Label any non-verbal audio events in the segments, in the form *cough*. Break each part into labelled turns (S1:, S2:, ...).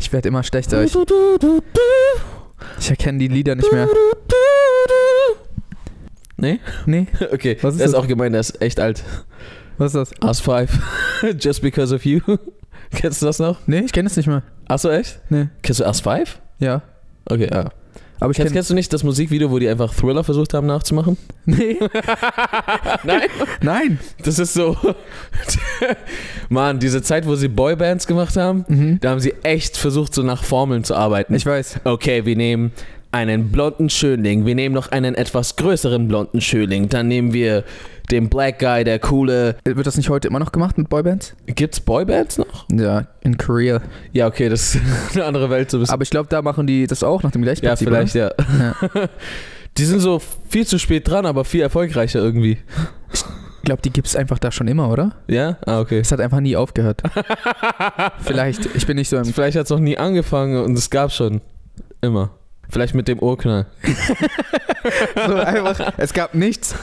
S1: Ich werde immer schlechter. Ich, ich erkenne die Lieder nicht mehr.
S2: Nee?
S1: Nee,
S2: Okay.
S1: Was ist
S2: der ist
S1: das?
S2: auch gemein, der ist echt alt.
S1: was ist das?
S2: Us 5. *laughs* Just because of you. *laughs* Kennst du das noch?
S1: Nee, ich kenne es nicht mehr.
S2: Achso, echt?
S1: Nee.
S2: Kennst du Us 5?
S1: Ja.
S2: Okay, ja.
S1: Aber
S2: Kennst,
S1: ich kenne.
S2: kennst du nicht das Musikvideo, wo die einfach Thriller versucht haben
S1: *laughs*
S2: nachzumachen?
S1: Nee.
S2: *laughs* Nein.
S1: Nein.
S2: Das ist so. *laughs* Mann, diese Zeit, wo sie Boybands gemacht haben,
S1: Mhm.
S2: da haben sie echt versucht, so nach Formeln zu arbeiten.
S1: Ich weiß.
S2: okay, wir nehmen einen blonden Schönling, wir nehmen noch einen etwas größeren blonden Schönling, dann nehmen wir den Black Guy, der coole.
S1: Wird das nicht heute immer noch gemacht mit Boybands?
S2: Gibt's Boybands noch?
S1: Ja, in Korea.
S2: Ja, okay, das ist *laughs* eine andere Welt so ein bisschen.
S1: Aber ich glaube, da machen die das auch nach dem gleichen
S2: Ja,
S1: Prinzip.
S2: vielleicht, ja. *laughs* Die sind so viel zu spät dran, aber viel erfolgreicher irgendwie.
S1: Ich glaube, die gibt es einfach da schon immer, oder?
S2: Ja? Ah, okay.
S1: Es hat einfach
S2: *laughs*
S1: nie aufgehört. vielleicht. Ich bin nicht so im.
S2: Vielleicht hat es noch nie angefangen und es gab schon. Immer. Vielleicht mit dem Urknall. *laughs*
S1: So einfach, es gab nichts.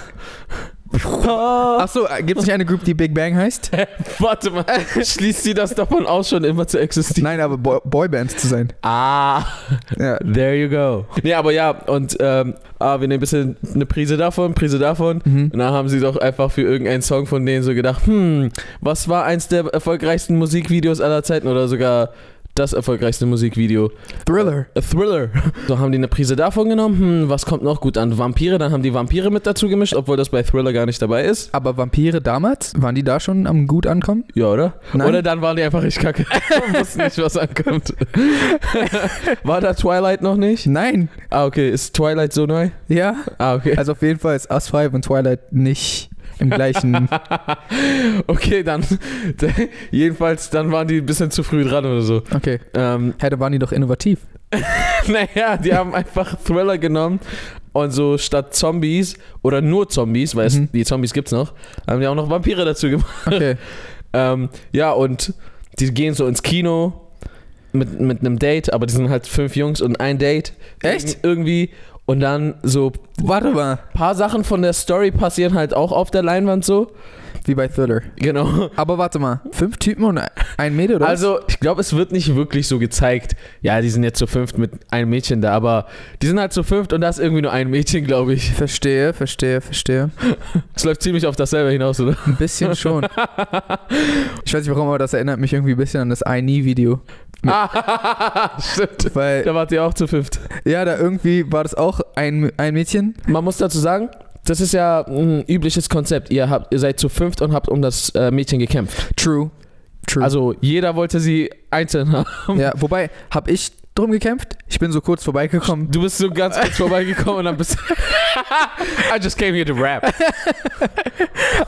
S1: Achso, gibt es nicht eine Group, die Big
S2: *laughs*
S1: Bang heißt?
S2: Warte mal, schließt sie das davon aus, schon immer zu existieren?
S1: Nein, aber Boy Boybands zu sein.
S2: Ah,
S1: Ja.
S2: there you go. Nee, aber ja, und ähm, ah, wir nehmen ein bisschen eine Prise davon, Prise davon.
S1: Mhm.
S2: Und dann haben sie doch einfach für irgendeinen Song von denen so gedacht, hm, was war eins der erfolgreichsten Musikvideos aller Zeiten oder sogar das erfolgreichste Musikvideo?
S1: Thriller.
S2: A Thriller. *laughs* So haben die eine Prise davon genommen, hm, was kommt noch gut an? Vampire, dann haben die Vampire mit dazu gemischt, obwohl das bei Thriller gar nicht dabei ist.
S1: Aber Vampire damals, waren die da schon am gut ankommen?
S2: Ja, oder?
S1: Nein.
S2: Oder dann waren die einfach richtig *laughs* kacke. und wussten nicht, was ankommt. *laughs* War da Twilight noch nicht?
S1: Nein.
S2: Ah, okay. Ist Twilight so neu?
S1: Ja.
S2: Ah, okay.
S1: *laughs* Also auf jeden Fall ist Us 5 und Twilight nicht im gleichen.
S2: *laughs* Okay, dann. Jedenfalls, dann waren die ein bisschen zu früh dran oder so.
S1: *laughs* Okay.
S2: Ähm, *laughs*
S1: Hä, da waren die doch innovativ.
S2: naja,
S1: *laughs*
S2: die haben einfach Thriller genommen und so statt Zombies oder nur Zombies, weil
S1: Mhm.
S2: es, die Zombies gibt's noch, haben die auch noch Vampire dazu gemacht.
S1: Okay.
S2: Ähm, ja, und die gehen so ins Kino mit, mit einem Date, aber die sind halt fünf Jungs und ein Date.
S1: Echt?
S2: Irgendwie. Und dann so
S1: *laughs* Warte mal.
S2: ein paar Sachen von der Story passieren halt auch auf der Leinwand so.
S1: Wie bei Thriller.
S2: Genau.
S1: Aber warte mal. Fünf Typen und ein Mädel, oder? was?
S2: Also, ich glaube, es wird nicht wirklich so gezeigt, ja, die sind jetzt zu fünft mit einem Mädchen da, aber die sind halt zu fünft und da ist irgendwie nur ein Mädchen, glaube ich.
S1: Verstehe, verstehe, verstehe.
S2: Es läuft ziemlich auf dasselbe hinaus, oder?
S1: Ein bisschen *laughs* schon. Ich weiß nicht warum, aber das erinnert mich irgendwie ein bisschen an das I Knee Video.
S2: Ah, *laughs* Stimmt.
S1: Weil,
S2: Da wart ihr auch zu fünft.
S1: ja, da irgendwie war das auch ein, ein Mädchen.
S2: Man muss dazu sagen, das ist ja ein übliches Konzept. Ihr, habt, ihr seid zu fünft und habt um das äh, Mädchen gekämpft.
S1: True. True.
S2: Also jeder wollte sie einzeln haben.
S1: ja, wobei, hab ich drum gekämpft? Ich bin so kurz *laughs* vorbeigekommen.
S2: Du bist so ganz kurz vorbeigekommen und dann bist *laughs* I just came here to rap.
S1: I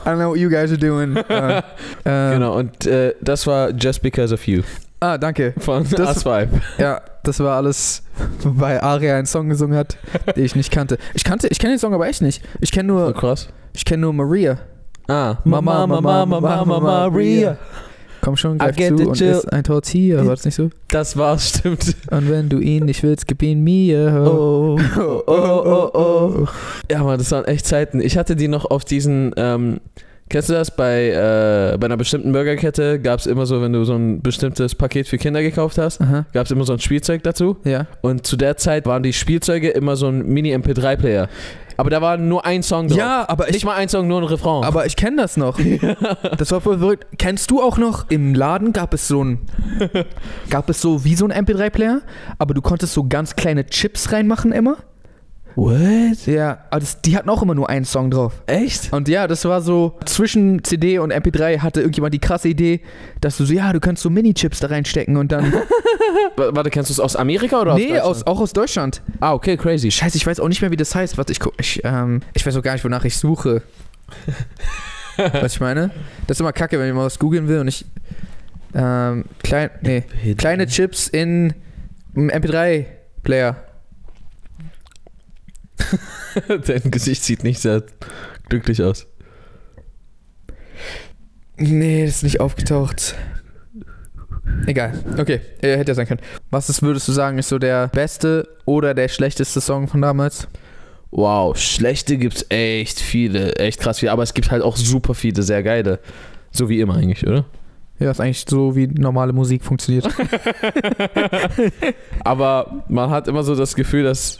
S1: don't know what you guys are *laughs* doing. Äh, äh,
S2: Genau, und äh, das war Just Because of You
S1: Ah, danke.
S2: von
S1: Das-
S2: S5.
S1: Ja, das war alles, weil Aria einen Song gesungen hat, den ich nicht kannte. Ich kannte, ich kenne den Song aber echt nicht. Ich kenne
S2: Voll
S1: nur,
S2: krass.
S1: ich kenne nur Maria.
S2: Ah.
S1: Mama, Mama, Mama, Mama, Maria. Komm schon, greif
S2: get
S1: zu
S2: the
S1: und
S2: chill.
S1: ist ein Tortilla. War das nicht so?
S2: Das war's, *laughs* stimmt.
S1: Und wenn du ihn nicht willst, gib ihn mir.
S2: Oh, *laughs* oh, oh, oh. Ja, Mann, das waren echt Zeiten. Ich hatte die noch auf diesen, ähm, kennst du das? Bei, äh, bei einer bestimmten Burgerkette gab es immer so, wenn du so ein bestimmtes Paket für Kinder gekauft hast,
S1: Aha,
S2: gab es immer so ein Spielzeug dazu.
S1: ja.
S2: Und zu der Zeit waren die Spielzeuge immer so ein Mini-MP3-Player. Aber da war nur ein Song drauf.
S1: Ja, aber
S2: Nicht
S1: ich,
S2: mal ein Song, nur ein Refrain.
S1: aber ich kenne
S2: *laughs*
S1: das noch. Das war voll verrückt. Kennst du auch noch, im Laden gab es so
S2: *laughs*
S1: ein, gab es so wie so ein MP3-Player, aber du konntest so ganz kleine Chips reinmachen immer.
S2: What?
S1: Ja, aber das, die hatten auch immer nur einen Song drauf.
S2: Echt?
S1: Und ja, das war so, zwischen CD und MP3 hatte irgendjemand die krasse Idee, dass du so, ja, du kannst so Mini-Chips da reinstecken und dann.
S2: W- Warte, kennst du es aus Amerika *laughs* oder
S1: nee,
S2: aus
S1: aus, auch aus Deutschland.
S2: Deutschland? Ah, okay, crazy.
S1: Scheiße, ich weiß auch nicht mehr, wie das heißt. Warte, ich guck. Ich, ähm, ich weiß auch gar nicht, wonach
S2: *laughs*
S1: ich suche. was ich meine? Das ist immer kacke, wenn ich mal was googeln will und ich. Ähm, klein, nee, kleine Chips in einem MP3-Player.
S2: *laughs* Dein Gesicht sieht nicht sehr glücklich aus.
S1: Nee, das ist nicht aufgetaucht. Egal. Okay, äh, hätte ja sein können. Was ist, würdest du sagen, ist so der beste oder der schlechteste Song von damals?
S2: Wow, schlechte gibt's echt viele, echt krass viele, aber es gibt halt auch super viele sehr geile. So wie immer eigentlich, oder?
S1: Ja, ist eigentlich so, wie normale Musik funktioniert. *laughs*
S2: Aber man hat immer so das Gefühl, dass,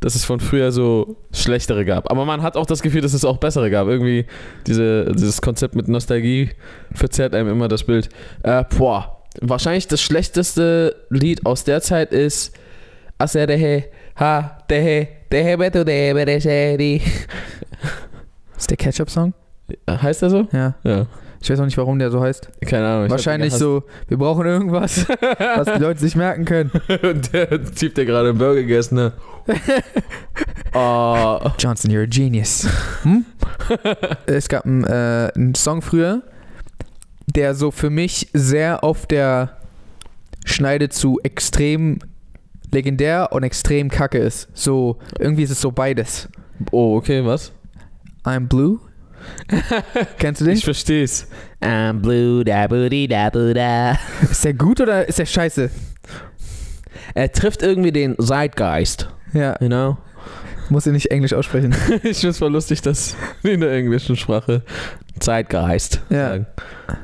S2: dass es von früher so schlechtere gab. Aber man hat auch das Gefühl, dass es auch bessere gab. Irgendwie diese, dieses Konzept mit Nostalgie verzerrt einem immer das Bild. Äh, boah, wahrscheinlich das schlechteste Lied aus der Zeit ist Aserehe, ha, dehe, dehe, betu, dehe, beresheri.
S1: Ist der Ketchup-Song?
S2: Heißt er so?
S1: Ja.
S2: Ja,
S1: Ich weiß auch nicht, warum der so heißt.
S2: keine Ahnung. ich hab den
S1: Wahrscheinlich
S2: gehasst.
S1: so, wir brauchen irgendwas, *laughs*
S2: *laughs*
S1: was die Leute sich merken können.
S2: Und der Typ, der gerade einen Burger gegessen *laughs* hat. Oh.
S1: Johnson, you're a genius. Hm? *laughs* es gab einen, äh, einen Song früher, der so für mich sehr auf der Schneide zu extrem legendär und extrem kacke ist. So, irgendwie ist es so beides.
S2: oh, okay, was?
S1: I'm
S2: *laughs*
S1: blue. Kennst du den?
S2: Ich versteh's.
S3: I'm blue da booty da boo da. *laughs*
S1: Ist der gut oder ist der scheiße?
S2: Er trifft irgendwie den Zeitgeist,
S1: Ja,
S2: you know?
S1: muss ihn nicht Englisch aussprechen.
S2: *laughs* ich find's voll lustig, dass die in der englischen Sprache Zeitgeist
S1: Ja.
S2: sagen.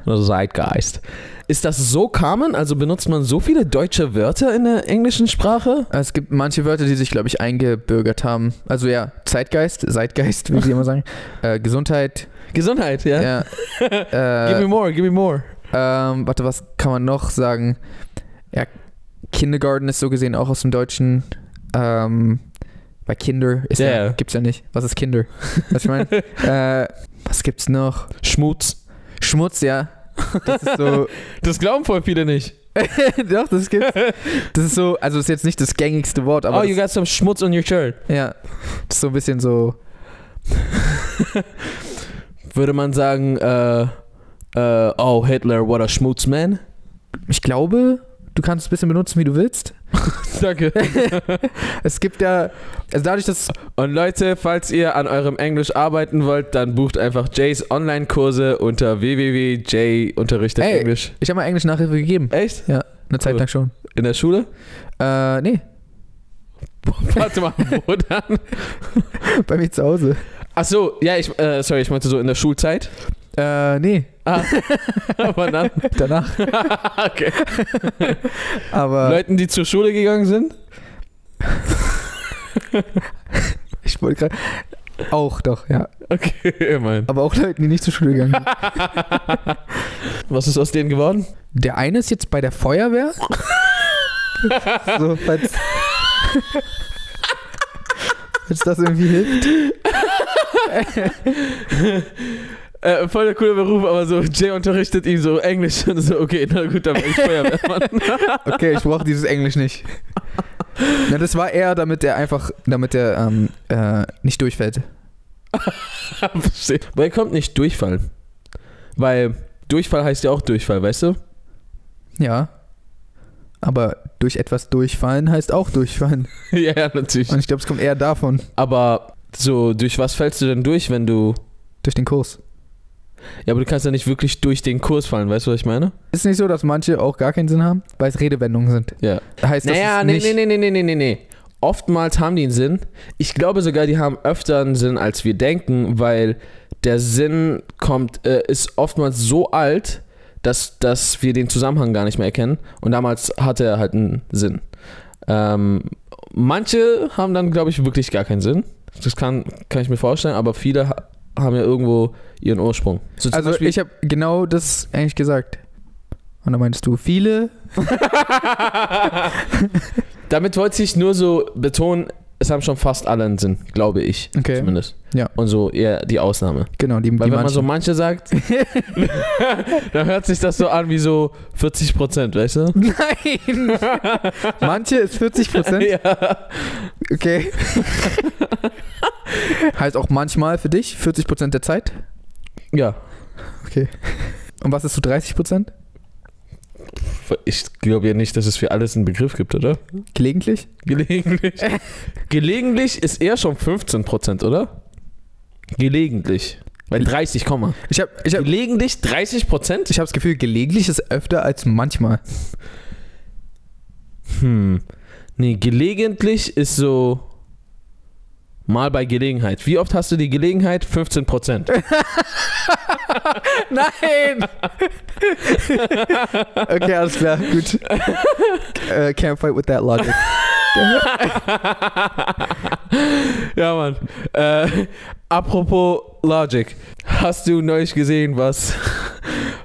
S2: Oder Zeitgeist. Ist das so common? Also benutzt man so viele deutsche Wörter in der englischen Sprache?
S1: Es gibt manche Wörter, die sich, glaube ich, eingebürgert haben. Also ja, Zeitgeist, Zeitgeist, wie sie
S2: *laughs*
S1: immer sagen. Äh, Gesundheit,
S2: Gesundheit, ja. *laughs*
S1: ja.
S2: give me
S1: äh,
S2: more, give me more.
S1: ähm, warte, was kann man noch sagen? Ja, Kindergarten ist so gesehen auch aus dem Deutschen. Ähm, bei Kinder ist
S2: Ja, ja.
S1: ja, gibt's ja nicht. Was
S2: *laughs*
S1: ist Kinder? Was ich meine? äh, was gibt's noch?
S2: Schmutz.
S1: Schmutz, ja. Das ist
S2: *laughs*
S1: so.
S2: Das glauben voll viele nicht.
S1: Doch, das gibt's. Das ist so, also ist jetzt nicht das gängigste Wort, aber
S2: oh, you got some Schmutz on your shirt.
S1: das, ja, das ist so ein bisschen so.
S2: würde man sagen, äh, äh, oh, Hitler, what a Schmutzman.
S1: Ich glaube, du kannst es ein bisschen benutzen, wie du willst.
S2: *laughs* Danke.
S1: Es gibt ja, also dadurch, dass
S2: Und Leute, falls ihr an eurem Englisch arbeiten wollt, dann bucht einfach Jays Online-Kurse unter
S1: Ey.
S2: www.jay-englisch.
S1: ich habe mal Englisch Nachhilfe gegeben,
S2: Echt?
S1: eine Zeit
S2: Cool.
S1: lang schon.
S2: In der Schule?
S1: Äh, nee,
S2: *laughs*
S1: *laughs*
S2: Warte mal, wo dann?
S1: bei mir zu Hause.
S2: Ach so, ja, ich, äh, sorry, ich meinte so in der Schulzeit.
S1: Äh, nee,
S2: Ah, *laughs* aber dann,
S1: *laughs* danach.
S2: *laughs* okay.
S1: Aber
S2: Leuten, die zur Schule gegangen sind?
S1: ich wollte gerade auch doch, ja.
S2: Okay, *laughs* immerhin.
S1: Aber auch Leuten, die nicht zur Schule gegangen *laughs* sind.
S2: Was ist aus denen geworden?
S1: Der eine ist jetzt bei der Feuerwehr. so, falls, falls das irgendwie hilft.
S2: *laughs* Äh, voll der coole Beruf, aber so, Jay unterrichtet ihm so Englisch und so, okay, na gut, dann bin ich *laughs* Feuerwehrmann.
S1: Okay, ich brauche dieses Englisch nicht. Na, das war eher, damit er einfach, damit er ähm, äh, nicht durchfällt.
S2: *laughs* Verstehe. Woher kommt nicht Durchfall? Weil Durchfall heißt ja auch Durchfall, weißt du?
S1: Ja. Aber durch etwas durchfallen heißt auch durchfallen.
S2: *laughs* ja, ja, natürlich.
S1: Und ich glaube, es kommt eher davon,
S2: Aber so, durch was fällst du denn durch, wenn du.
S1: durch den Kurs.
S2: Ja, aber du kannst ja nicht wirklich durch den Kurs fallen, weißt du, was ich meine?
S1: Ist nicht so, dass manche auch gar keinen Sinn haben, weil es Redewendungen sind.
S2: Ja.
S1: Heißt das
S2: Naja,
S1: ist
S2: nee, nee,
S1: nicht
S2: nee, nee, nee, nee, nee, nee. Oftmals haben die einen Sinn. Ich glaube sogar, die haben öfter einen Sinn, als wir denken, weil der Sinn kommt, äh, ist oftmals so alt, dass, dass wir den Zusammenhang gar nicht mehr erkennen. Und damals hatte er halt einen Sinn. Ähm, manche haben dann, glaube ich, wirklich gar keinen Sinn. Das kann, kann ich mir vorstellen, aber viele ha haben ja irgendwo ihren Ursprung. So zum
S1: Also
S2: Beispiel-
S1: ich habe genau das eigentlich gesagt. Und dann meinst du, viele?
S2: *laughs* Damit wollte ich nur so betonen, es haben schon fast alle einen Sinn, glaube ich.
S1: Okay.
S2: Zumindest.
S1: Ja.
S2: Und so eher die Ausnahme.
S1: Genau, die, die
S2: Weil wenn man so manche
S1: manchen. *laughs*
S2: sagt, *laughs* dann hört sich das so an wie so 40 Prozent, weißt du?
S1: Nein! Manche ist 40 Prozent.
S2: *laughs* Ja. *laughs*
S1: Okay. heißt auch manchmal für dich 40 Prozent der Zeit.
S2: ja.
S1: Und was ist zu 30 Prozent?
S2: Ich glaube ja nicht, dass es für alles einen Begriff gibt, oder?
S1: Gelegentlich? *laughs*
S2: Gelegentlich. Gelegentlich ist eher schon 15 Prozent, oder? Gelegentlich. Weil 30, Komma.
S1: Ich habe ich hab,
S2: Gelegentlich 30 Prozent?
S1: ich hab das Gefühl, gelegentlich ist öfter als manchmal.
S2: Hm. Nee, gelegentlich ist so mal bei Gelegenheit. Wie oft hast du die Gelegenheit? 15 Prozent.
S1: Nein! okay, alles klar, gut. Äh, can't fight with that logic.
S2: *laughs* ja, Mann. Äh, apropos Logic. Hast du neulich gesehen, was,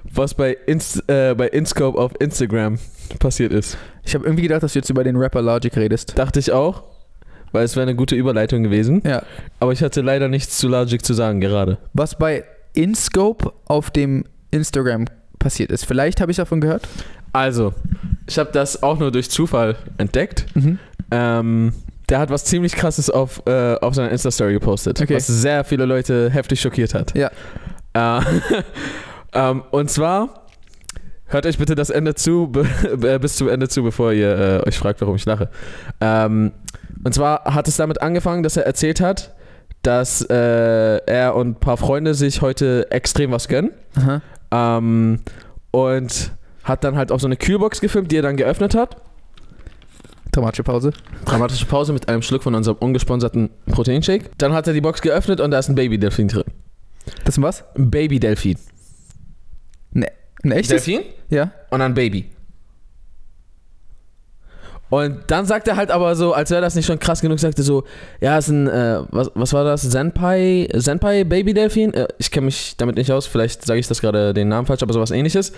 S2: was bei, Inst, äh, bei Inscope auf Instagram passiert ist?
S1: Ich habe irgendwie gedacht, dass du jetzt über den Rapper Logic redest.
S2: Dachte ich auch, weil es wäre eine gute Überleitung gewesen.
S1: Ja.
S2: Aber ich hatte leider nichts zu Logic zu sagen gerade.
S1: Was bei InScope auf dem Instagram passiert ist. Vielleicht habe ich davon gehört.
S2: Also, ich habe das auch nur durch Zufall entdeckt. Ähm, der hat was ziemlich krasses auf, äh, auf seiner Insta-Story gepostet,
S1: Okay.
S2: was sehr viele Leute heftig schockiert hat.
S1: Ja.
S2: Äh, *laughs* ähm, und zwar, hört euch bitte das Ende zu, be, *laughs* äh, bis zum Ende zu, bevor ihr äh, euch fragt, warum ich lache. Ähm, und zwar hat es damit angefangen, dass er erzählt hat, dass äh, er und ein paar Freunde sich heute extrem was gönnen.
S1: Aha.
S2: Ähm, und hat dann halt auch so eine Kühlbox gefilmt, die er dann geöffnet hat.
S1: Dramatische Pause.
S2: Dramatische Pause mit einem Schluck von unserem ungesponserten Proteinshake. Dann hat er die Box geöffnet und da ist ein Babydelfin drin.
S1: Das ist ein was?
S2: Ein Babydelfin.
S1: Ein echtes?
S2: Delfin
S1: Ja.
S2: und ein Baby. Und dann sagt er halt aber so, als wäre das nicht schon krass genug, sagte so, ja, ist ein, äh, was, was war das? Senpai, Senpai Baby Delfin? Äh, ich kenne mich damit nicht aus, vielleicht sage ich das gerade den Namen falsch, aber sowas ähnliches.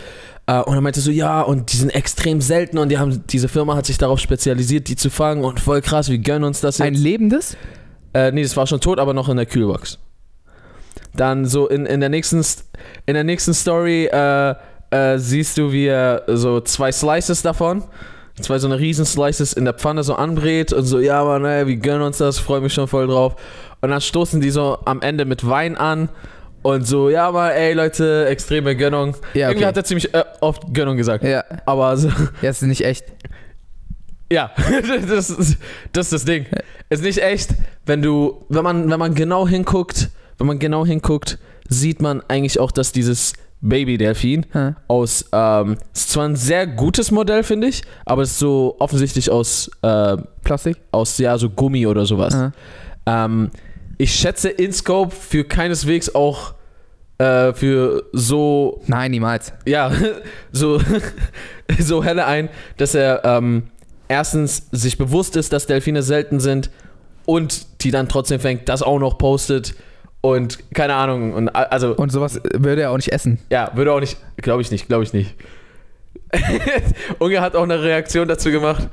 S2: Äh, und er meinte so, ja, und die sind extrem selten und die haben, diese Firma hat sich darauf spezialisiert, die zu fangen und voll krass, wir gönnen uns das jetzt.
S1: Ein lebendes?
S2: Äh, nee, das war schon tot, aber noch in der Kühlbox. Dann so in, in, der, nächsten, St- in der nächsten Story äh, äh, siehst du, wie er so zwei Slices davon, zwei so eine riesen Slices in der Pfanne so anbrät und so, ja, Mann, ey, wir gönnen uns das, freue mich schon voll drauf. Und dann stoßen die so am Ende mit Wein an und so, ja, Mann, ey, Leute, extreme Gönnung.
S1: Ja,
S2: Irgendwie
S1: okay.
S2: hat er ziemlich äh, oft Gönnung gesagt.
S1: Ja.
S2: Aber so,
S1: Ja, es ist nicht echt.
S2: ja, *laughs* das ist, das ist das Ding. Ist nicht echt, wenn du, wenn man, wenn man genau hinguckt, wenn man genau hinguckt, sieht man eigentlich auch, dass dieses Baby-Delfin
S1: Hm.
S2: aus, ähm, ist zwar ein sehr gutes Modell, finde ich, aber ist so offensichtlich aus, äh,
S1: Plastik?
S2: aus, ja, so Gummi oder sowas.
S1: Aha.
S2: Ähm, ich schätze InScope für keineswegs auch äh, für so
S1: Nein, niemals.
S2: ja, *laughs* so, so helle ein, dass er ähm, erstens sich bewusst ist, dass Delfine selten sind und die dann trotzdem fängt, das auch noch postet und keine Ahnung. Und a- also,
S1: Und sowas würde er auch nicht essen.
S2: ja, würde auch nicht, glaube ich nicht, glaube ich nicht. *laughs* Unge hat auch eine Reaktion dazu gemacht,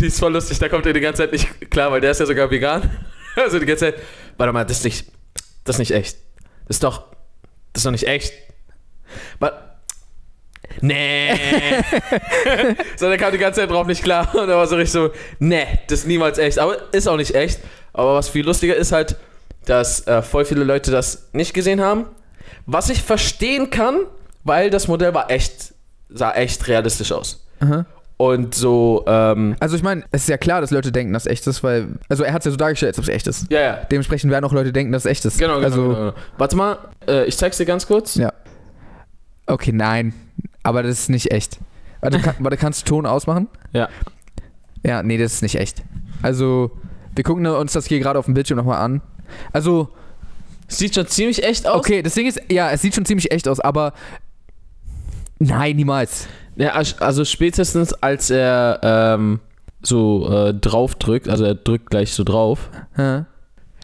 S2: die ist voll lustig, da kommt er die ganze Zeit nicht klar, weil der ist ja sogar vegan. *laughs* Also die ganze Zeit, warte mal, das ist nicht, das ist nicht echt. Das ist doch, das ist doch nicht echt. Wa- Nee. so, der kam die ganze Zeit drauf nicht klar. Und da war so richtig so, nee, das ist niemals echt. Aber ist auch nicht echt. Aber was viel lustiger ist halt, dass äh, voll viele Leute das nicht gesehen haben. Was ich verstehen kann, weil das Modell war echt, sah echt realistisch aus.
S1: Aha.
S2: Und so, ähm,
S1: Also ich meine, es ist ja klar, dass Leute denken, dass es echt ist, weil. Also er hat es ja so dargestellt, als ob es echt ist.
S2: ja, ja.
S1: Dementsprechend werden auch Leute denken, dass es echt ist.
S2: Genau, genau,
S1: also,
S2: genau, genau. Warte mal, äh, ich zeig's dir ganz kurz.
S1: Ja. Okay, nein. Aber das ist nicht echt. Warte, kann, warte kannst du Ton ausmachen?
S2: Ja.
S1: Ja, nee, das ist nicht echt. Also, wir gucken uns das hier gerade auf dem Bildschirm nochmal an. Also,
S2: Sieht schon ziemlich echt aus.
S1: okay, das Ding ist, ja, es sieht schon ziemlich echt aus, aber. Nein, niemals.
S2: Ja, als- also spätestens als er ähm, so äh, drauf drückt, also er drückt gleich so drauf.
S1: Hä?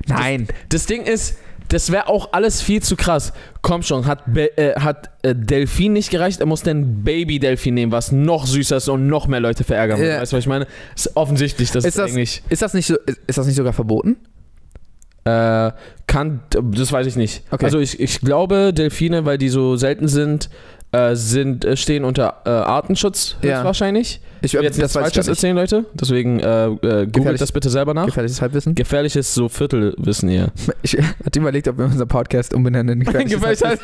S1: Nein.
S2: Das Ding ist, das wäre auch alles viel zu krass. Komm schon, hat, Be äh, hat äh, Delfin nicht gereicht, er muss dann Baby-Delfin nehmen, was noch süßer ist und noch mehr Leute verärgern wird.
S1: Ja.
S2: Weißt du, was ich meine? Ist offensichtlich, dass
S1: Ist
S2: es
S1: das-
S2: eigentlich.
S1: Ist das nicht so, ist, ist das nicht sogar verboten?
S2: Äh, kann, das weiß ich nicht.
S1: Okay.
S2: Also ich, ich glaube, Delfine, weil die so selten sind, äh, sind äh, stehen unter äh, Artenschutz
S1: Ja.
S2: wahrscheinlich. Ich
S1: Ich
S2: will jetzt das
S1: weiß ich
S2: Falsches
S1: gar nicht.
S2: erzählen, Leute. Deswegen äh, äh, googelt
S1: Gefährlich.
S2: das bitte selber nach.
S1: Gefährliches Halbwissen.
S2: Gefährliches so Viertelwissen hier.
S1: Ich *laughs* hatte überlegt, ob wir unseren Podcast umbenennen können.
S2: Gefährliches *laughs*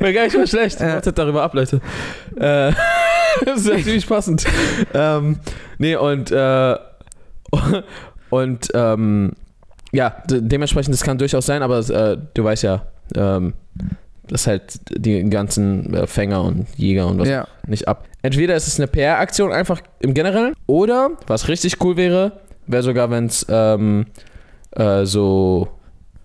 S2: Wäre gar nicht mal schlecht.
S1: Ja.
S2: Wartet darüber ab, Leute. Äh, *laughs* das ist ja ziemlich passend. Ähm, nee, und äh, *laughs* und ähm, ja, de dementsprechend, das kann durchaus sein, aber äh, du weißt ja, ähm, das halt die ganzen äh, Fänger und Jäger und was
S1: Ja.
S2: nicht ab. Entweder ist es eine PR-Aktion einfach im Generellen oder, was richtig cool wäre, wäre sogar, wenn es ähm, äh, so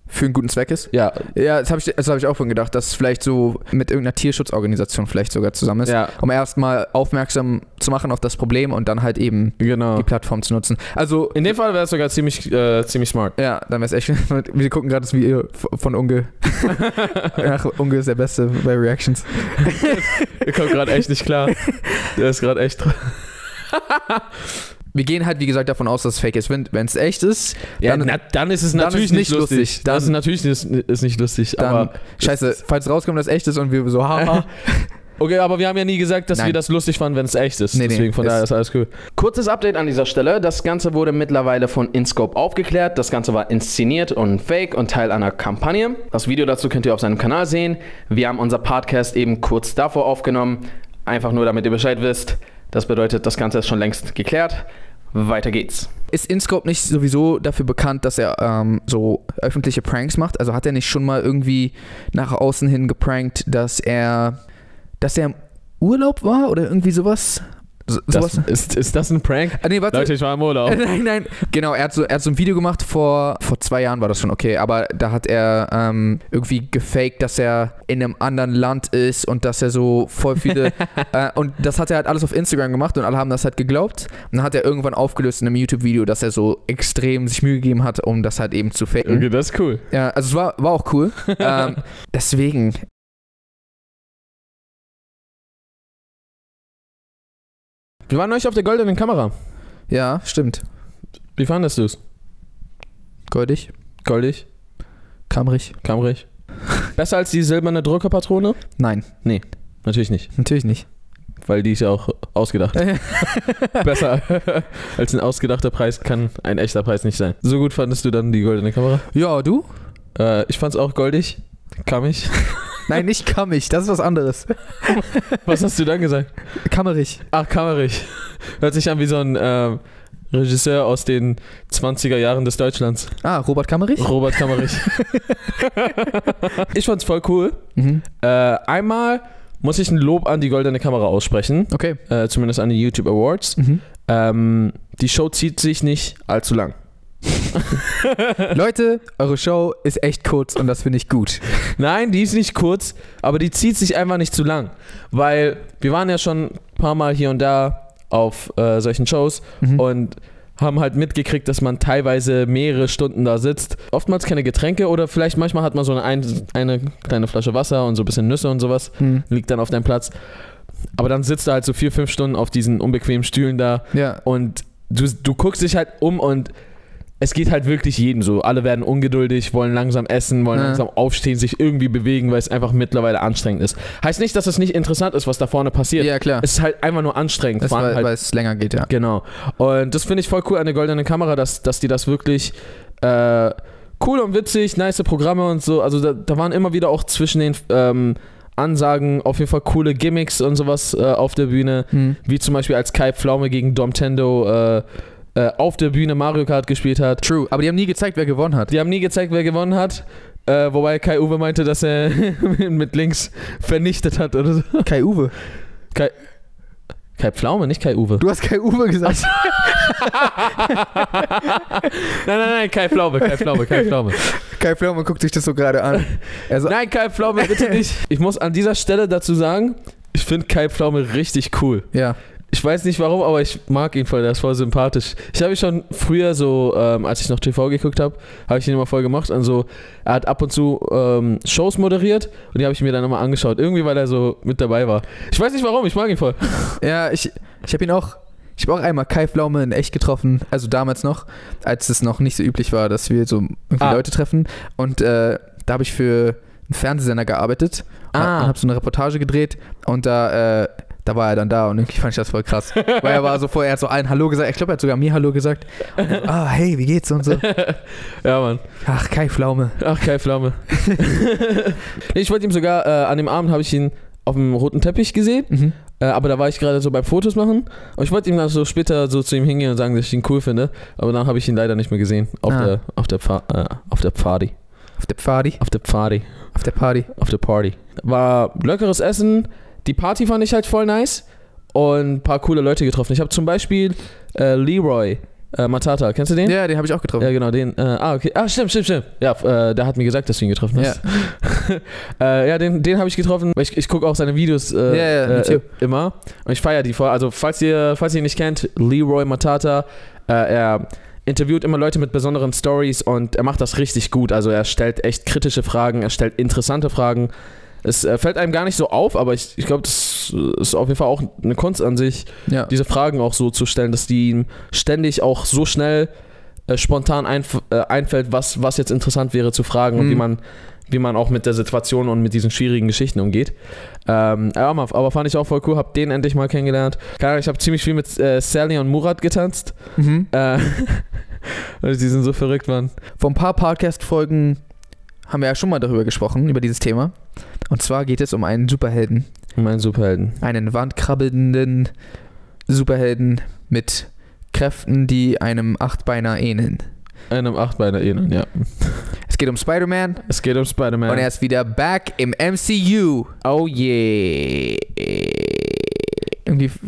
S1: für einen guten Zweck ist.
S2: Ja,
S1: Ja, das habe ich, das hab ich auch von gedacht, dass es vielleicht so mit irgendeiner Tierschutzorganisation vielleicht sogar zusammen ist.
S2: ja,
S1: Um erstmal aufmerksam zu machen auf das Problem und dann halt eben
S2: genau.
S1: die Plattform zu nutzen. Also,
S2: In dem Fall wäre es sogar ziemlich, äh, ziemlich smart.
S1: ja, dann wär's echt. *laughs* Wir gucken gerade das Video von *laughs* Unge. Ach, Unge ist der Beste bei Reactions.
S2: Ihr kommt gerade echt nicht *laughs* klar. Der ist gerade echt.
S1: Wir gehen halt, wie gesagt, davon aus, dass es fake ist. Wenn es echt ist,
S2: Ja,
S1: Dann-
S2: dann, na, dann ist es
S1: dann
S2: natürlich
S1: ist
S2: nicht lustig.
S1: Dann-
S2: das ist natürlich ist, ist nicht lustig.
S1: dann.
S2: aber
S1: scheiße, falls rauskommt, dass es echt ist und wir so, haha.
S2: *laughs* Okay, aber wir haben ja nie gesagt, dass
S1: Nein.
S2: wir das lustig fanden, wenn es echt ist.
S1: Nee, nee,
S2: Deswegen von
S1: ist-
S2: daher ist alles cool.
S4: Kurzes Update an dieser Stelle. Das Ganze wurde mittlerweile von InScope aufgeklärt. Das Ganze war inszeniert und fake und Teil einer Kampagne. Das Video dazu könnt ihr auf seinem Kanal sehen. Wir haben unser Podcast eben kurz davor aufgenommen. Einfach nur, damit ihr Bescheid wisst. Das bedeutet, das Ganze ist schon längst geklärt. Weiter geht's.
S1: Ist InScope nicht sowieso dafür bekannt, dass er ähm, so öffentliche Pranks macht? Also hat er nicht schon mal irgendwie nach außen hin geprankt, dass er, dass er im Urlaub war oder irgendwie sowas? So,
S2: Das,
S1: sowas?
S2: ist, ist das ein Prank?
S1: Ah, nee, warte.
S2: Leute, ich war im *laughs*
S1: Äh,
S2: Urlaub.
S1: *laughs* Nein, nein. Genau, er hat, so, er hat so ein Video gemacht vor, vor zwei Jahren war das schon okay, aber da hat er ähm, irgendwie gefaked, dass er in einem anderen Land ist und dass er so voll *laughs* viele. äh, und das hat er halt alles auf Instagram gemacht und alle haben das halt geglaubt. Und dann hat er irgendwann aufgelöst in einem YouTube-Video, dass er so extrem sich Mühe gegeben hat, um das halt eben zu faken.
S2: Okay, das ist cool.
S1: Ja, also es war, war auch *laughs* cool. ähm, deswegen.
S2: Wir waren neulich auf der goldenen Kamera.
S1: Ja, stimmt.
S2: Wie fandest du es?
S1: Goldig,
S2: Goldig?
S1: kammerig.
S2: Kammerig? Besser als die silberne Druckerpatrone?
S1: Nein,
S2: Natürlich nicht,
S1: natürlich *laughs* nicht.
S2: weil die ist ja auch
S1: *laughs*
S2: ausgedacht. Besser *laughs* als ein ausgedachter Preis kann ein echter Preis nicht sein. So gut fandest du dann die goldene Kamera?
S1: ja, du? *laughs*
S2: Äh, ich fand's auch goldig. Kammig.
S1: Nein, nicht kammig, das ist was anderes.
S2: Was hast du dann gesagt?
S1: Kammerig.
S2: Ach, Kammerich. Hört sich an wie so ein ähm, Regisseur aus den 20er Jahren des Deutschlands.
S1: Ah, Robert Kammerich?
S2: Robert Kammerich. ich fand's voll cool.
S1: Mhm.
S2: Äh, einmal muss ich ein Lob an die Goldene Kamera aussprechen.
S1: Okay.
S2: Äh, zumindest an die YouTube Awards.
S1: Mhm.
S2: Ähm, die Show zieht sich nicht allzu lang. *laughs*
S1: Leute, eure Show ist echt kurz und das finde ich gut.
S2: Nein, die ist nicht kurz, aber die zieht sich einfach nicht zu lang. Weil wir waren ja schon ein paar Mal hier und da auf äh, solchen Shows
S1: Mhm.
S2: und haben halt mitgekriegt, dass man teilweise mehrere Stunden da sitzt. Oftmals keine Getränke oder vielleicht manchmal hat man so eine, ein, eine kleine Flasche Wasser und so ein bisschen Nüsse und sowas,
S1: Mhm.
S2: liegt dann auf deinem Platz. Aber dann sitzt du halt so vier, fünf Stunden auf diesen unbequemen Stühlen da
S1: Ja.
S2: und du, du guckst dich halt um und es geht halt wirklich jedem so. Alle werden ungeduldig, wollen langsam essen, wollen
S1: Ja.
S2: langsam aufstehen, sich irgendwie bewegen, weil es einfach mittlerweile anstrengend ist. Heißt nicht, dass es nicht interessant ist, was da vorne passiert.
S1: Ja, klar.
S2: Es ist halt einfach nur anstrengend.
S1: Das
S2: vor allem
S1: war,
S2: halt,
S1: weil es länger geht, ja.
S2: genau. Und das finde ich voll cool an der goldenen Kamera, dass, dass die das wirklich äh, cool und witzig, nice Programme und so. Also da, da waren immer wieder auch zwischen den ähm, Ansagen auf jeden Fall coole Gimmicks und sowas äh, auf der Bühne
S1: Mhm.
S2: wie zum Beispiel als Kai Pflaume gegen Domtendo äh, äh, auf der Bühne Mario Kart gespielt hat.
S1: True. Aber die haben nie gezeigt, wer gewonnen hat.
S2: Die haben nie gezeigt, wer gewonnen hat. Äh, wobei Kai Uwe meinte, dass er *laughs* mit links vernichtet hat oder so.
S1: Kai Uwe.
S2: Kai Pflaume, nicht Kai Uwe.
S1: Du hast Kai Uwe gesagt.
S2: Nein, nein, nein, Kai Pflaume, Kai Pflaume, Kai Pflaume.
S1: Kai Pflaume guckt sich das so gerade an. *laughs* Er so,
S2: Nein, Kai Pflaume, bitte nicht. Ich muss an dieser Stelle dazu sagen, ich finde Kai Pflaume richtig cool.
S1: ja.
S2: Ich weiß nicht warum, aber ich mag ihn voll, der ist voll sympathisch. Ich habe ihn schon früher so, ähm, als ich noch TV geguckt habe, habe ich ihn immer voll gemacht. Also er hat ab und zu ähm, Shows moderiert und die habe ich mir dann immer angeschaut. Irgendwie, weil er so mit dabei war. Ich weiß nicht warum, ich mag ihn voll.
S1: Ja, ich, ich habe ihn auch. Ich habe auch einmal Kai Pflaume in echt getroffen, also damals noch, als es noch nicht so üblich war, dass wir so irgendwie
S2: Ah.
S1: Leute treffen. Und äh, da habe ich für einen Fernsehsender gearbeitet und
S2: Ah.
S1: habe so eine Reportage gedreht und da, äh, da war er dann da und irgendwie fand ich das voll *laughs* krass. Weil er war so vorher, er hat so allen Hallo gesagt, ich glaube, er hat sogar mir Hallo gesagt. Und er so, ah, hey, wie geht's und *laughs* so.
S2: Ja, Mann.
S1: Ach, Kai Pflaume.
S2: Ach, Kai Pflaume. nee, ich wollte ihm sogar, äh, an dem Abend habe ich ihn auf dem roten Teppich gesehen,
S1: Mhm.
S2: äh, aber da war ich gerade so beim Fotos machen. Und ich wollte ihm dann so später so zu ihm hingehen und sagen, dass ich ihn cool finde. Aber dann habe ich ihn leider nicht mehr gesehen. Auf
S1: Ah.
S2: der, auf der, Pfa äh, auf der Pfadi.
S1: Auf der Party.
S2: Auf der Party.
S1: Auf der Party.
S2: Auf der Party. War leckeres Essen. Die Party fand ich halt voll nice. Und ein paar coole Leute getroffen. Ich habe zum Beispiel äh, Leroy Äh, Matata, kennst du den?
S1: Ja, den habe ich auch getroffen.
S2: Ja, genau, den. Äh, ah, okay. Ah, stimmt, stimmt, stimmt. Ja, f- äh, der hat mir gesagt, dass du ihn getroffen hast. Ja, *laughs* äh, ja den, den habe ich getroffen. weil Ich, ich gucke auch seine Videos äh,
S1: Ja, ja,
S2: äh,
S1: YouTube.
S2: immer. Und ich feiere die voll. Also, falls ihr, falls ihr ihn nicht kennt, Leroy Matata, äh, er interviewt immer Leute mit besonderen Stories und er macht das richtig gut. Also, er stellt echt kritische Fragen, er stellt interessante Fragen. Es äh, fällt einem gar nicht so auf, aber ich, ich glaube, das äh, ist auf jeden Fall auch eine Kunst an sich,
S1: Ja.
S2: diese Fragen auch so zu stellen, dass die ihm ständig auch so schnell äh, spontan einf äh, einfällt, was, was jetzt interessant wäre zu fragen und
S1: Mhm.
S2: wie man, wie man auch mit der Situation und mit diesen schwierigen Geschichten umgeht. Ähm, ja, aber aber fand ich auch voll cool, hab den endlich mal kennengelernt. Keine Ahnung, ich habe ziemlich viel mit äh, Sally und Murat getanzt.
S1: Mhm.
S2: Äh, *laughs* die sind so verrückt, Mann.
S1: Vor ein paar Podcast-Folgen haben wir ja schon mal darüber gesprochen, über dieses Thema. Und zwar geht es um einen Superhelden.
S2: Mein Superhelden.
S1: Einen wandkrabbelnden Superhelden mit Kräften, die einem Achtbeiner ähneln.
S2: Einem Achtbeiner ähneln, ja.
S1: Es geht um Spider-Man
S2: Es geht um Spider-Man.
S1: und er ist wieder back im MCU.
S2: oh yeah.
S1: Irgendwie f-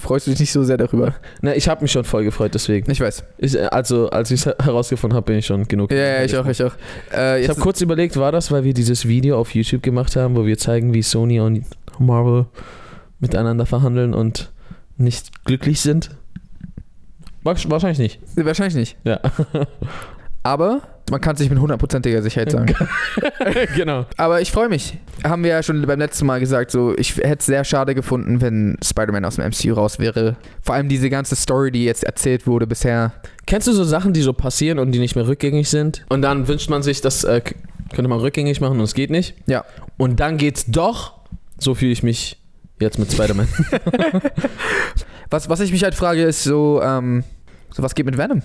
S1: freust du dich nicht so sehr darüber.
S2: Na, Ne, ich habe mich schon voll gefreut, deswegen.
S1: Ich weiß.
S2: Ich, äh, also, als ich es herausgefunden habe, bin ich schon genug.
S1: Ja, ja ich auch, ich auch. Äh,
S2: Ich
S1: jetzt
S2: habe kurz überlegt, war das, weil wir dieses Video auf YouTube gemacht haben, wo wir zeigen, wie Sony und Marvel miteinander verhandeln und nicht glücklich sind? Wahrsch- Wahrscheinlich
S1: *laughs*
S2: nicht. *laughs*
S1: wahrscheinlich nicht.
S2: Ja.
S1: Aber man kann es nicht mit
S2: *laughs*
S1: hundertprozentiger Sicherheit sagen.
S2: genau.
S1: Aber ich freue mich. Haben wir ja schon beim letzten Mal gesagt, so ich hätte es sehr schade gefunden, wenn Spider-Man aus dem MCU raus wäre. Vor allem diese ganze Story, die jetzt erzählt wurde bisher.
S2: Kennst du so Sachen, die so passieren und die nicht mehr rückgängig sind? Und dann wünscht man sich, das äh, k- könnte man rückgängig machen und es geht nicht.
S1: Ja.
S2: Und dann geht's doch. So fühle ich mich jetzt mit Spider-Man.
S1: Was, was ich mich halt frage, ist so, ähm, so was geht mit Venom?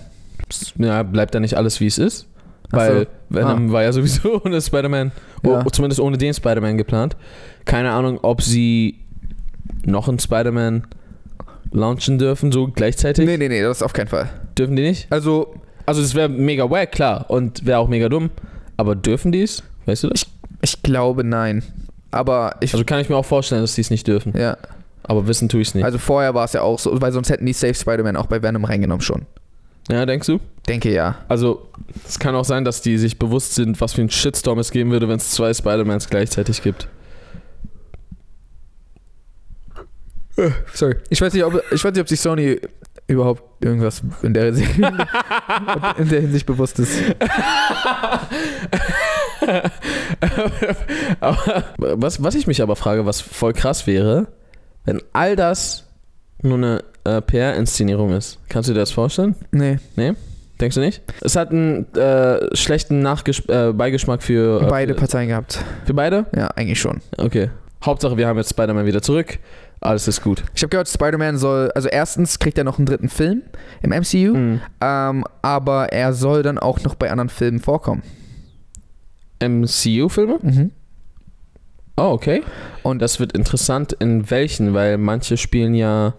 S2: ja, bleibt da nicht alles, wie es ist?
S1: Ach
S2: Weil
S1: so. Ah.
S2: Venom war ja sowieso *laughs* ohne Spider-Man,
S1: Ja.
S2: o- zumindest ohne den Spider-Man geplant. Keine Ahnung, ob sie noch einen Spider-Man launchen dürfen, so gleichzeitig.
S1: Nee, nee, nee, das auf keinen Fall.
S2: Dürfen die nicht?
S1: Also,
S2: Also das wäre mega wack, klar, und wäre auch mega dumm. Aber dürfen die es? Weißt du das?
S1: ich glaube nein. Aber ich.
S2: Also kann ich mir auch vorstellen, dass die es nicht dürfen.
S1: ja.
S2: Aber wissen tue ich es nicht.
S1: Also vorher war es ja auch so, weil sonst hätten die Safe Spider-Man auch bei Venom reingenommen schon.
S2: ja, denkst du?
S1: Denke ja.
S2: Also es kann auch sein, dass die sich bewusst sind, was für einen Shitstorm es geben würde, wenn es zwei Spider-Mans gleichzeitig gibt.
S1: Sorry. Ich weiß nicht, ob, ich weiß nicht, ob sich Sony überhaupt irgendwas in der, *laughs* in der Hinsicht bewusst ist.
S2: aber, was, was ich mich aber frage, was voll krass wäre, wenn all das nur eine äh, PR-Inszenierung ist. Kannst du dir das vorstellen?
S1: Nee.
S2: Denkst du nicht? Es hat einen äh, schlechten Nachgesch äh, Beigeschmack für äh,
S1: Beide
S2: für,
S1: Parteien gehabt.
S2: für beide.
S1: Ja, eigentlich schon.
S2: Okay. Hauptsache, wir haben jetzt Spider-Man wieder zurück. Alles ist gut.
S1: Ich habe gehört, Spider-Man soll, also erstens kriegt er noch einen dritten Film im
S2: Mhm.
S1: MCU, ähm, aber er soll dann auch noch bei anderen Filmen vorkommen.
S2: MCU-Filme? Oh, okay. Und
S1: Und-
S2: das wird interessant, in welchen, weil manche spielen ja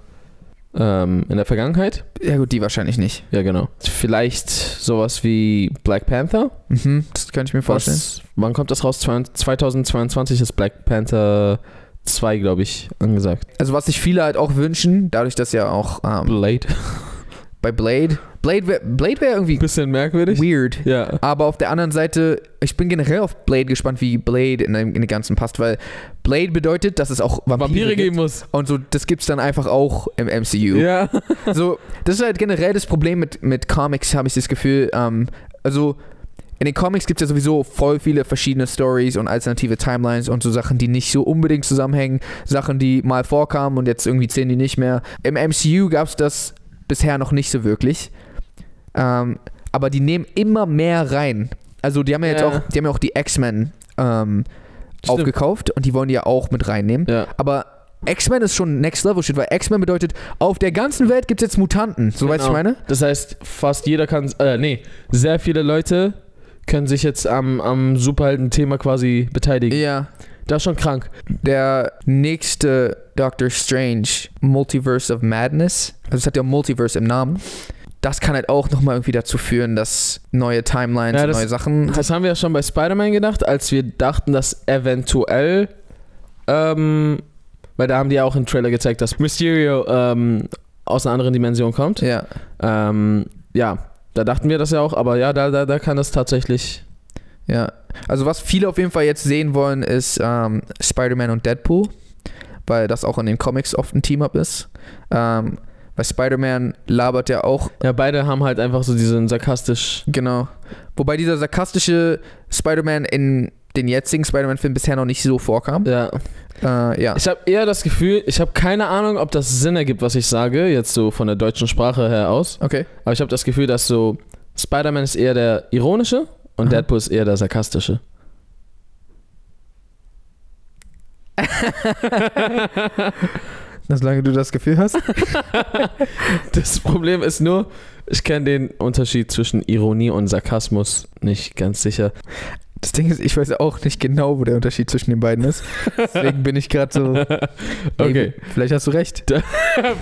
S2: ähm, in der Vergangenheit.
S1: Ja gut, die wahrscheinlich nicht.
S2: Ja, genau. Vielleicht sowas wie Black Panther.
S1: Mhm, das könnte ich mir vorstellen.
S2: Was, wann kommt das raus? 2022 ist Black Panther 2, glaube ich, angesagt.
S1: Also was sich viele halt auch wünschen, dadurch, dass ja auch ähm,
S2: Blade.
S1: bei Blade, Blade wäre Blade wär irgendwie
S2: Bisschen merkwürdig.
S1: weird.
S2: Ja.
S1: Aber auf der anderen Seite, ich bin generell auf Blade gespannt, wie Blade in dem, in dem Ganzen passt, weil Blade bedeutet, dass es auch Vampire,
S2: Vampire
S1: gibt.
S2: geben muss.
S1: Und so, das gibt's dann einfach auch im MCU.
S2: Ja.
S1: So, das ist halt generell das Problem mit, mit Comics, habe ich das Gefühl. Ähm, also, in den Comics gibt es ja sowieso voll viele verschiedene Stories und alternative Timelines und so Sachen, die nicht so unbedingt zusammenhängen. Sachen, die mal vorkamen und jetzt irgendwie zählen die nicht mehr. Im MCU gab es das bisher noch nicht so wirklich. Ähm, aber die nehmen immer mehr rein. Also, die haben ja jetzt
S2: Ja.
S1: auch, die haben ja auch die X-Men ähm,
S2: Stimmt.
S1: aufgekauft und die wollen die ja auch mit reinnehmen.
S2: Ja.
S1: Aber X-Men ist schon Next Level Shit, weil X-Men bedeutet, auf der ganzen Welt gibt es jetzt Mutanten. So
S2: Genau.
S1: weißt du, was ich meine?
S2: Das heißt, fast jeder kann, äh, nee, sehr viele Leute können sich jetzt am, am Superhelden-Thema quasi beteiligen.
S1: Ja.
S2: Das ist schon krank.
S1: Der nächste Doctor Strange, Multiverse of Madness, also es hat ja Multiverse im Namen, das kann halt auch nochmal irgendwie dazu führen, dass neue Timelines
S2: Ja,
S1: und
S2: das- *laughs*
S1: neue Sachen.
S2: Das haben wir ja schon bei Spider-Man gedacht, als wir dachten, dass eventuell, ähm, weil da haben die ja auch im Trailer gezeigt, dass Mysterio ähm, aus einer anderen Dimension kommt.
S1: Ja.
S2: Ähm, ja, da dachten wir das ja auch, aber ja, da, da, da kann das tatsächlich.
S1: Ja, also was viele auf jeden Fall jetzt sehen wollen, ist ähm, Spider-Man und Deadpool, weil das auch in den Comics oft ein Team-Up ist. Ähm, weil Spider-Man labert ja auch,
S2: Ja, beide haben halt einfach so diesen sarkastisch.
S1: genau. Wobei dieser sarkastische Spider-Man in den jetzigen Spider-Man-Film bisher noch nicht so vorkam.
S2: Ja.
S1: Äh, ja.
S2: Ich habe eher das Gefühl, ich habe keine Ahnung, ob das Sinn ergibt, was ich sage, jetzt so von der deutschen Sprache her aus.
S1: Okay.
S2: Aber ich habe das Gefühl, dass so Spider-Man ist eher der ironische und
S1: Aha.
S2: Deadpool ist eher der sarkastische.
S1: Solange du das Gefühl hast.
S2: Das Problem ist nur, ich kenne den Unterschied zwischen Ironie und Sarkasmus nicht ganz sicher.
S1: *laughs* Das Ding ist, ich weiß auch nicht genau, wo der Unterschied zwischen den beiden ist. Deswegen bin ich gerade *laughs* so.
S2: Okay.
S1: Ey, vielleicht hast du recht.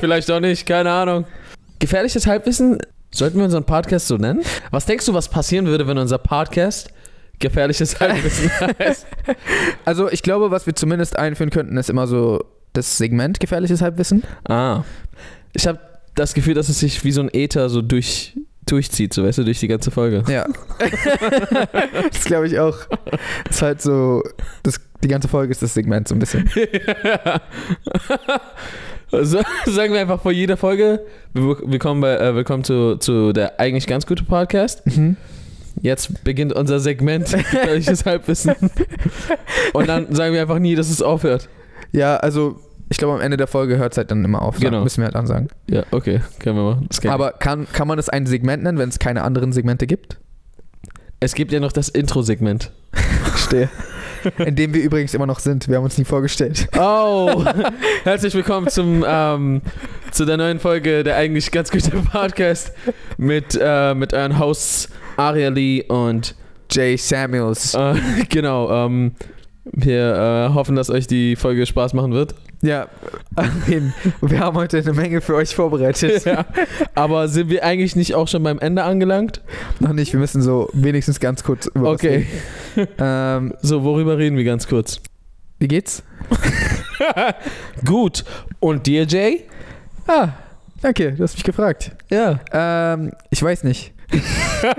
S2: Vielleicht auch nicht, keine Ahnung. Gefährliches Halbwissen, sollten wir unseren Podcast so nennen? Was denkst du, was passieren würde, wenn unser Podcast gefährliches Halbwissen heißt?
S1: Also ich glaube, was wir zumindest einführen könnten, ist immer so das Segment gefährliches Halbwissen.
S2: Ah. Ich habe das Gefühl, dass es sich wie so ein Äther so durch, durchzieht, so weißt du, durch die ganze
S1: *laughs*
S2: Folge.
S1: Ja. das glaube ich auch. Das ist halt so. Das, die ganze Folge ist das Segment so ein bisschen.
S2: also, sagen wir einfach vor jeder Folge, wir- willkommen, bei, äh, willkommen zu, zu der eigentlich ganz gute Podcast.
S1: Mhm.
S2: Jetzt beginnt unser Segment gefährliches Halbwissen. Und dann sagen wir einfach nie, dass es aufhört.
S1: Ja, also ich glaube, am Ende der Folge hört es halt dann immer auf.
S2: Genau.
S1: Müssen wir halt ansagen.
S2: Ja, okay, können wir machen. Das geht.
S1: Aber kann, kann man es ein Segment nennen, wenn es keine anderen Segmente gibt?
S2: es gibt ja noch das Intro-Segment.
S1: Verstehe. In dem wir übrigens immer noch sind. Wir haben uns nie vorgestellt.
S2: Oh, herzlich willkommen zum, ähm, zu der neuen Folge der eigentlich ganz gute Podcast mit, äh, mit euren Hosts Aria Lee und
S1: Jay Samuels.
S2: äh, *laughs* genau, ähm, wir äh, hoffen, dass euch die Folge Spaß machen wird.
S1: Ja, Amin. wir haben heute eine Menge für euch vorbereitet.
S2: Ja. Aber sind wir eigentlich nicht auch schon beim Ende angelangt?
S1: Noch nicht, wir müssen so wenigstens ganz kurz über was
S2: Okay,
S1: reden. Ähm,
S2: so worüber reden wir ganz kurz?
S1: wie geht's?
S2: Gut, und dir Jay?
S1: Ah, danke, du hast mich gefragt.
S2: Ja.
S1: Ähm, ich weiß nicht.
S2: *laughs*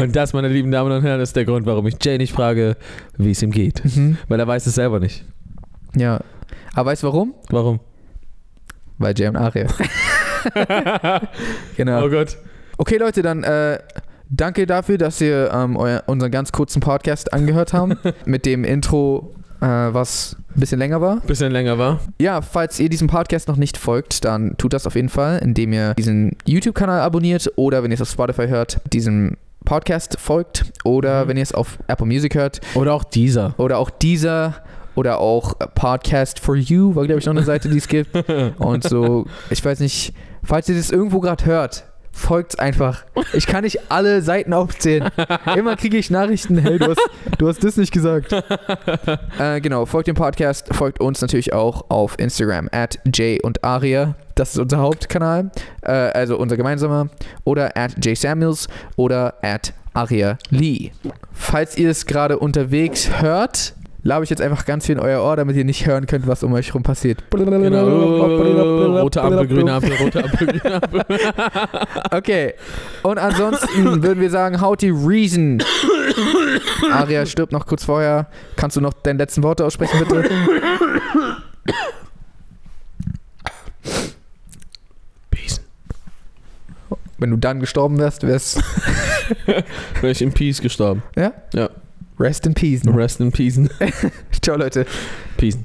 S2: und das, meine lieben Damen und Herren, ist der Grund, warum ich Jay nicht frage, wie es ihm geht.
S1: Mhm.
S2: Weil er weiß es selber nicht.
S1: Ja. Aber weißt du warum?
S2: *laughs* Warum?
S1: Weil Jay und *laughs* Aria. genau.
S2: Oh Gott.
S1: Okay, Leute, dann äh, danke dafür, dass ihr ähm, euer, unseren ganz kurzen Podcast angehört haben. mit dem Intro, äh, was ein bisschen länger war.
S2: Bisschen länger war.
S1: Ja, falls ihr diesem Podcast noch nicht folgt, dann tut das auf jeden Fall, indem ihr diesen YouTube-Kanal abonniert oder wenn ihr es auf Spotify hört, diesem Podcast folgt oder
S2: Mhm.
S1: wenn ihr es auf Apple Music hört
S2: Oder auch dieser.
S1: oder auch dieser oder auch äh, Podcast for You, war glaube ich noch eine Seite, die es gibt. Und so, ich weiß nicht, falls ihr das irgendwo gerade hört, folgt einfach. Ich kann nicht alle Seiten aufzählen. Immer kriege ich Nachrichten, hey, du hast, du hast das nicht gesagt. Äh, genau, folgt dem Podcast, folgt uns natürlich auch auf Instagram, at Jay und Aria. Das ist unser Hauptkanal, äh, also unser gemeinsamer. Oder at Jay Samuels oder at Aria Lee. Falls ihr es gerade unterwegs hört, labe ich jetzt einfach ganz viel in euer Ohr, damit ihr nicht hören könnt, was um euch rum passiert.
S2: genau. Rote Ampel, grüne Ampel, rote Ampel, grüne Ampel.
S1: Okay. Und ansonsten würden wir sagen, haut die Reason. Aria stirbt noch kurz vorher. Kannst du noch deine letzten Worte aussprechen, bitte?
S2: *laughs* Peace.
S1: Wenn du dann gestorben wärst, wärst
S2: Wäre ich in Peace gestorben.
S1: Rest in Peace.
S2: Rest in Peace.
S1: Ciao, Leute.
S2: Peace.